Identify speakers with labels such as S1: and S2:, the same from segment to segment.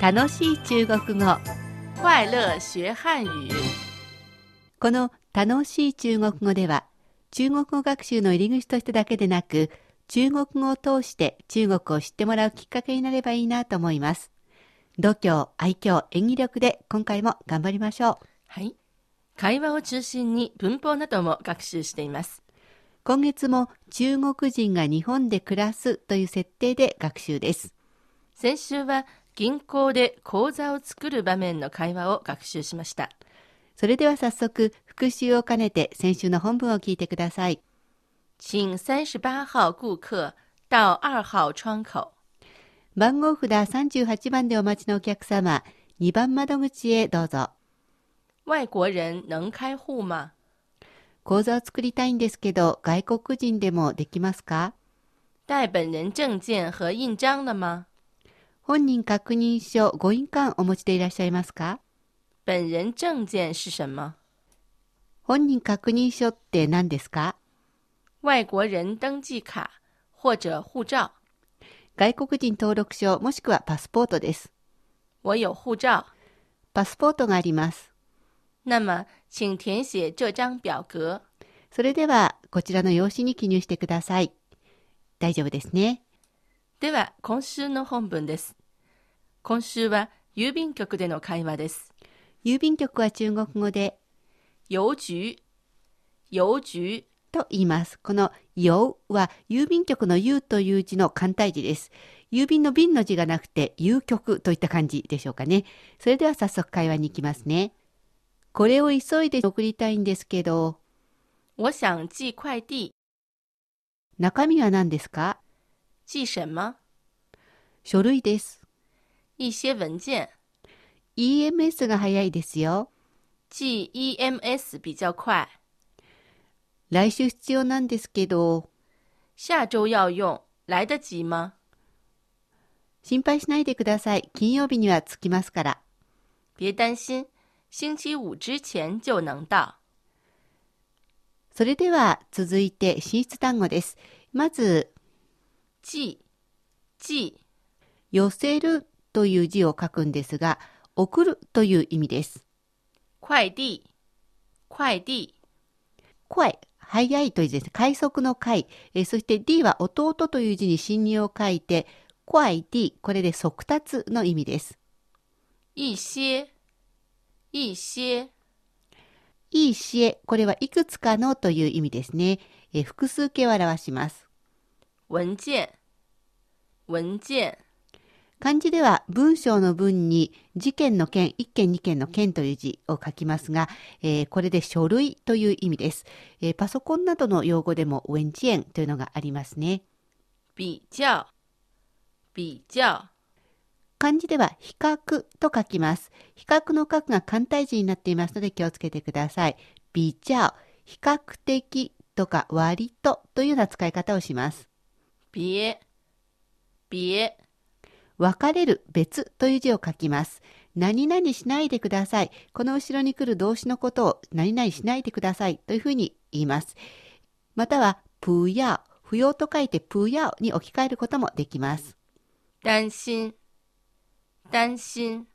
S1: 楽しい中国語
S2: 快乐学汉语。
S1: この楽しい中国語では中国語学習の入り口としてだけでなく中国語を通して中国を知ってもらうきっかけになればいいなと思います度胸愛嬌演技力で今回も頑張りましょう
S2: はい。会話を中心に文法なども学習しています。
S1: 今月も中国人が日本で暮らすという設定で学習です
S2: 先週は銀行で口座を作る場面の会話を学習しました。
S1: それでは早速復習を兼ねて先週の本文を聞いてください
S2: 请三十八号顾客到二号窗口。
S1: 番号札38番でお待ちのお客様2番窓口へどうぞ
S2: 外国人能开户吗？
S1: 口座を作りたいんですけど外国人でもできますか
S2: 带本人证件和印章了吗？
S1: 本人確認書ご印鑑お持ちでいらっしゃいますか
S2: 本人证件是什么？
S1: 本人確認書って何ですか
S2: 外国人登记卡或者护照。
S1: 外国人登録証もしくはパスポートです。
S2: 我有护照，
S1: パスポートがあります。
S2: 那么请填写这张表格。
S1: それではこちらの用紙に記入してください。大丈夫ですね。
S2: では、今週の本文です。今週は郵便局での会話です。
S1: 郵便局は中国語で
S2: 郵局、郵局、
S1: と言います。この「郵」は郵便局の「郵」という字の簡体字です。郵便の「便」の字がなくて「郵局」といった感じでしょうかね。それでは早速会話に行きますね。これを急いで送りたいんですけど、
S2: 我想寄快递，
S1: 中身は何ですか
S2: 寄什么？
S1: 書類です。
S2: 一些文件，
S1: EMS が早いですよ。
S2: 寄 EMS 比较快，
S1: 来週必要なんですけど、
S2: 下周要用，来得及吗？
S1: 心配しないでください。金曜日には着きますから。
S2: 别担心，星期五之前就能到。
S1: それでは続いて進出単語です。まず、
S2: 寄，寄，
S1: 寄せるという字を書くんですが、送るという意味です。
S2: 快递，快递，
S1: 声、早いという字です。快速の快。えーそして D は弟という字に侵入を書いて、快 D、これで速達の意味です。
S2: 一些，一些，
S1: いいしえ、これはいくつかのという意味ですね。えー複数形を表します。
S2: 文件，文件。
S1: 漢字では文章の文に事件の件、一件二件の件という字を書きますが、えーこれで書類という意味です、えーパソコンなどの用語でも文字円というのがありますね。
S2: 比较，比较，
S1: 漢字では比較と書きます。比較の角が簡体字になっていますので気をつけてください。比較、比較的とか割とというような使い方をします。
S2: 别，别，
S1: 分かれる、別という字を書きます。何々しないでください。この後ろに来る動詞のことを何々しないでくださいというふうに言います。または、ぷや、不要と書いてぷやに置き換えることもできます。
S2: 担心，担心，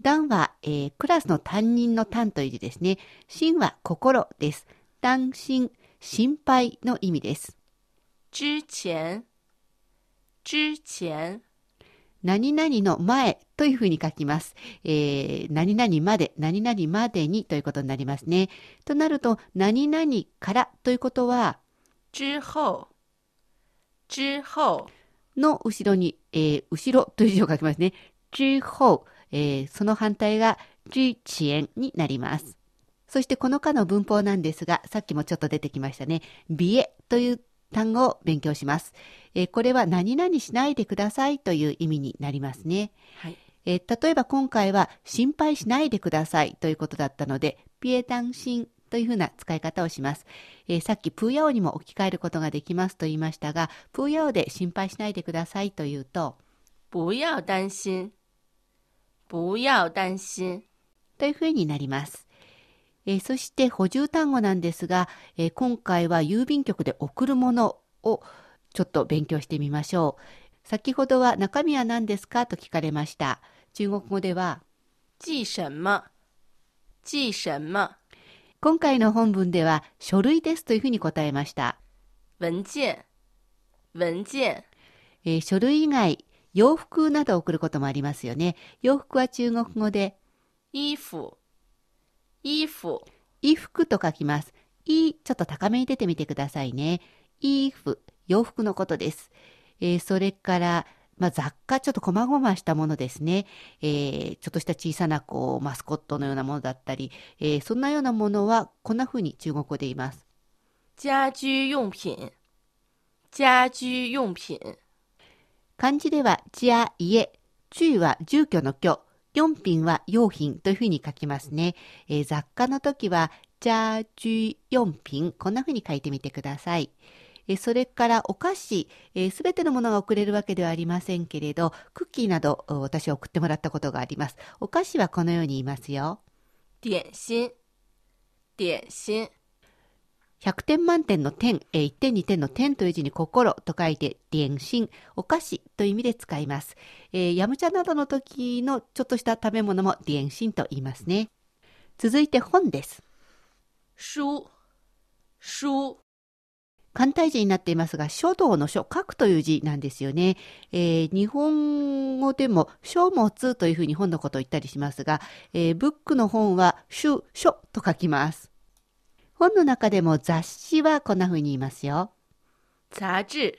S1: 段は、えークラスの担任の担という字ですね。心は心です。担心、心配の意味です。
S2: 之前，之前，
S1: 何々の前というふうに書きます。えー何々まで、何々までにということになりますね。となると、何々からということは、
S2: 之后，之后，
S1: の後ろに、えー後ろという字を書きますね。之後、えーその反対が之前になります。そしてこの課の文法なんですが、さっきもちょっと出てきましたね。美瑛という単語を勉強します。えーこれは何々しないでくださいという意味になりますね。
S2: はい
S1: えー例えば今回は心配しないでくださいということだったので、ピエタンシンというふうな使い方をします。えーさっきプーヤオにも置き換えることができますと言いましたが、プーヤオで心配しないでくださいというと、
S2: 不要担心，不要担心，
S1: というふうになります。えーそして補充単語なんですが、えー今回は郵便局で送るものをちょっと勉強してみましょう。先ほどは中身は何ですかと聞かれました。中国語では、
S2: 记什么？记什么？
S1: 今回の本文では書類ですというふうに答えました。
S2: 文件，文件。
S1: えー書類以外、洋服などを送ることもありますよね。洋服は中国語で、
S2: 衣服，衣服。
S1: 衣服と書きます。い、ちょっと高めに出てみてくださいね。衣服、洋服のことです。えーそれから、まあ、雑貨、ちょっと細々したものですね。えーちょっとした小さなこうマスコットのようなものだったり、えーそんなようなものはこんな風に中国語で言います。
S2: 家居用品，家居用品。
S1: 漢字では、地や家、中は住居の居、四品は用品というふうに書きますね。えー雑貨の時は、じゃ、中、四品、こんなふうに書いてみてください。えーそれからお菓子、すべてのものが送れるわけではありませんけれど、クッキーなどお私は送ってもらったことがあります。お菓子はこのように言いますよ。
S2: 点心，点心。
S1: 100点満点の点、えー1点2点の点という字に心と書いて、点心、お菓子という意味で使います。えー、ヤムチャなどの時のちょっとした食べ物も点心と言いますね。続いて本です。
S2: 书，书。
S1: 簡体字になっていますが、書道の書、書くという字なんですよね。えー日本語でも書物というふうに本のことを言ったりしますが、えーブックの本は書、書と書きます。本の中でも雑誌はこんな風に言いますよ。
S2: 杂志，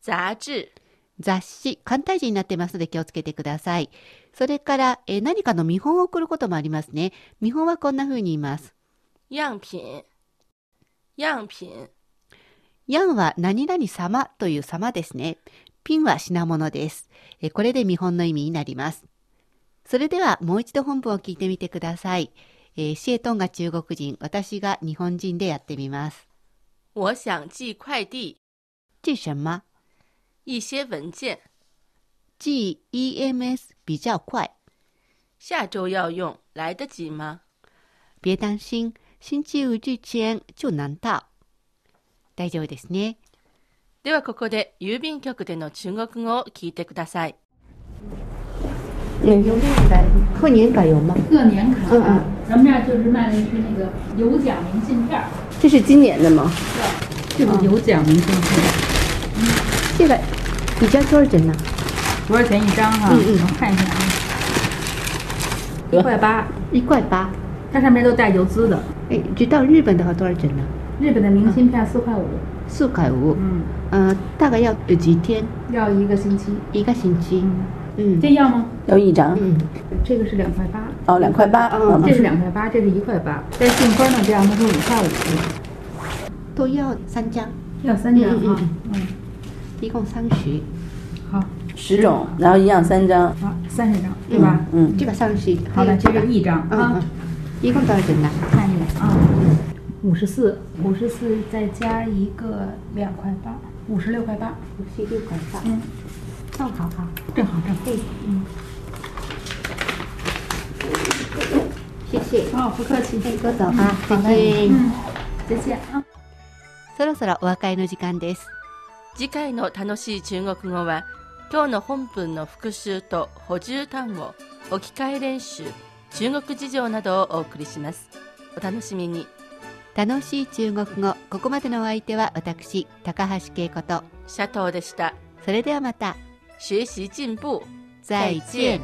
S2: 杂志。
S1: 雑誌、簡体字になってますので気をつけてください。それから、えー何かの見本を送ることもありますね。見本はこんな風に言います。
S2: 样品，样品。
S1: ヤンは何々様という様ですね。ピンは品物です。えーこれで見本の意味になります。それではもう一度本文を聞いてみてください。えーシエトンが中国人、私が日本人でやってみます。
S2: 我想寄快递，
S1: 这什么？
S2: 一些文件，
S1: 这 EMS 比较快。
S2: 下周要用，来得及吗？
S1: 别担心、星期五之前就能到。大丈夫ですね。
S2: ではここで郵便局での中国語を聞いてください。
S3: 嗯，
S4: 有这个的
S1: 贺年卡有吗？
S4: 贺年卡，
S3: 嗯嗯
S4: 咱们这儿就是卖的是那个有奖明信片儿，啊
S3: 这是今年的吗？
S4: 这个有奖明信片，
S1: 这个比较多少钱呢？
S4: 多少钱一张哈、
S3: 嗯嗯
S4: 我看一下啊，一块八，
S1: 一块八。
S4: 它上面都带邮资的。
S1: 哎，直到日本的话多少钱呢？
S4: 日本的明信片四块五，
S1: 四块五。
S4: 嗯，
S1: 呃，大概要有几天？
S4: 要一个星期。
S1: 一个星期。嗯
S4: 这要吗？
S3: 要一张
S1: 嗯，
S4: 这个是两块八，
S3: 哦，两块八。
S1: 嗯
S4: 这是两块八，这是一块八。带信封呢，这样它是五块五，
S1: 都要三张，
S4: 要三张
S1: 嗯嗯
S4: 哈、
S1: 嗯
S4: 嗯，
S1: 一共三十。
S4: 好，
S3: 十种，然后一样三张。
S4: 好，三十张，对吧？
S3: 嗯，
S1: 这个三十。
S4: 好的，这个一张
S1: 嗯
S4: 啊。
S1: 嗯，一共多少钱呢？
S4: 看一眼啊，五十四，五十四再加一个两块八，五十六块八，
S1: 五十六块八。
S4: 嗯，
S1: 正好哈。哎嗯
S4: 正好正好。
S1: 谢谢。
S4: 哦，不客气，
S1: 哎，多走啊，
S4: 好
S1: 再见。
S4: 嗯，再见啊。
S1: そろそろお別れの時間です。
S2: 次回の楽しい中国語は今日の本文の復習と補充単語置き換え練習中国事情などをお送りしますお楽しみに
S1: 楽しい中国語。ここまでのお相手は私高橋恵子と。
S2: シャトーでした
S1: それではまた。
S2: 学習進步
S1: 再见。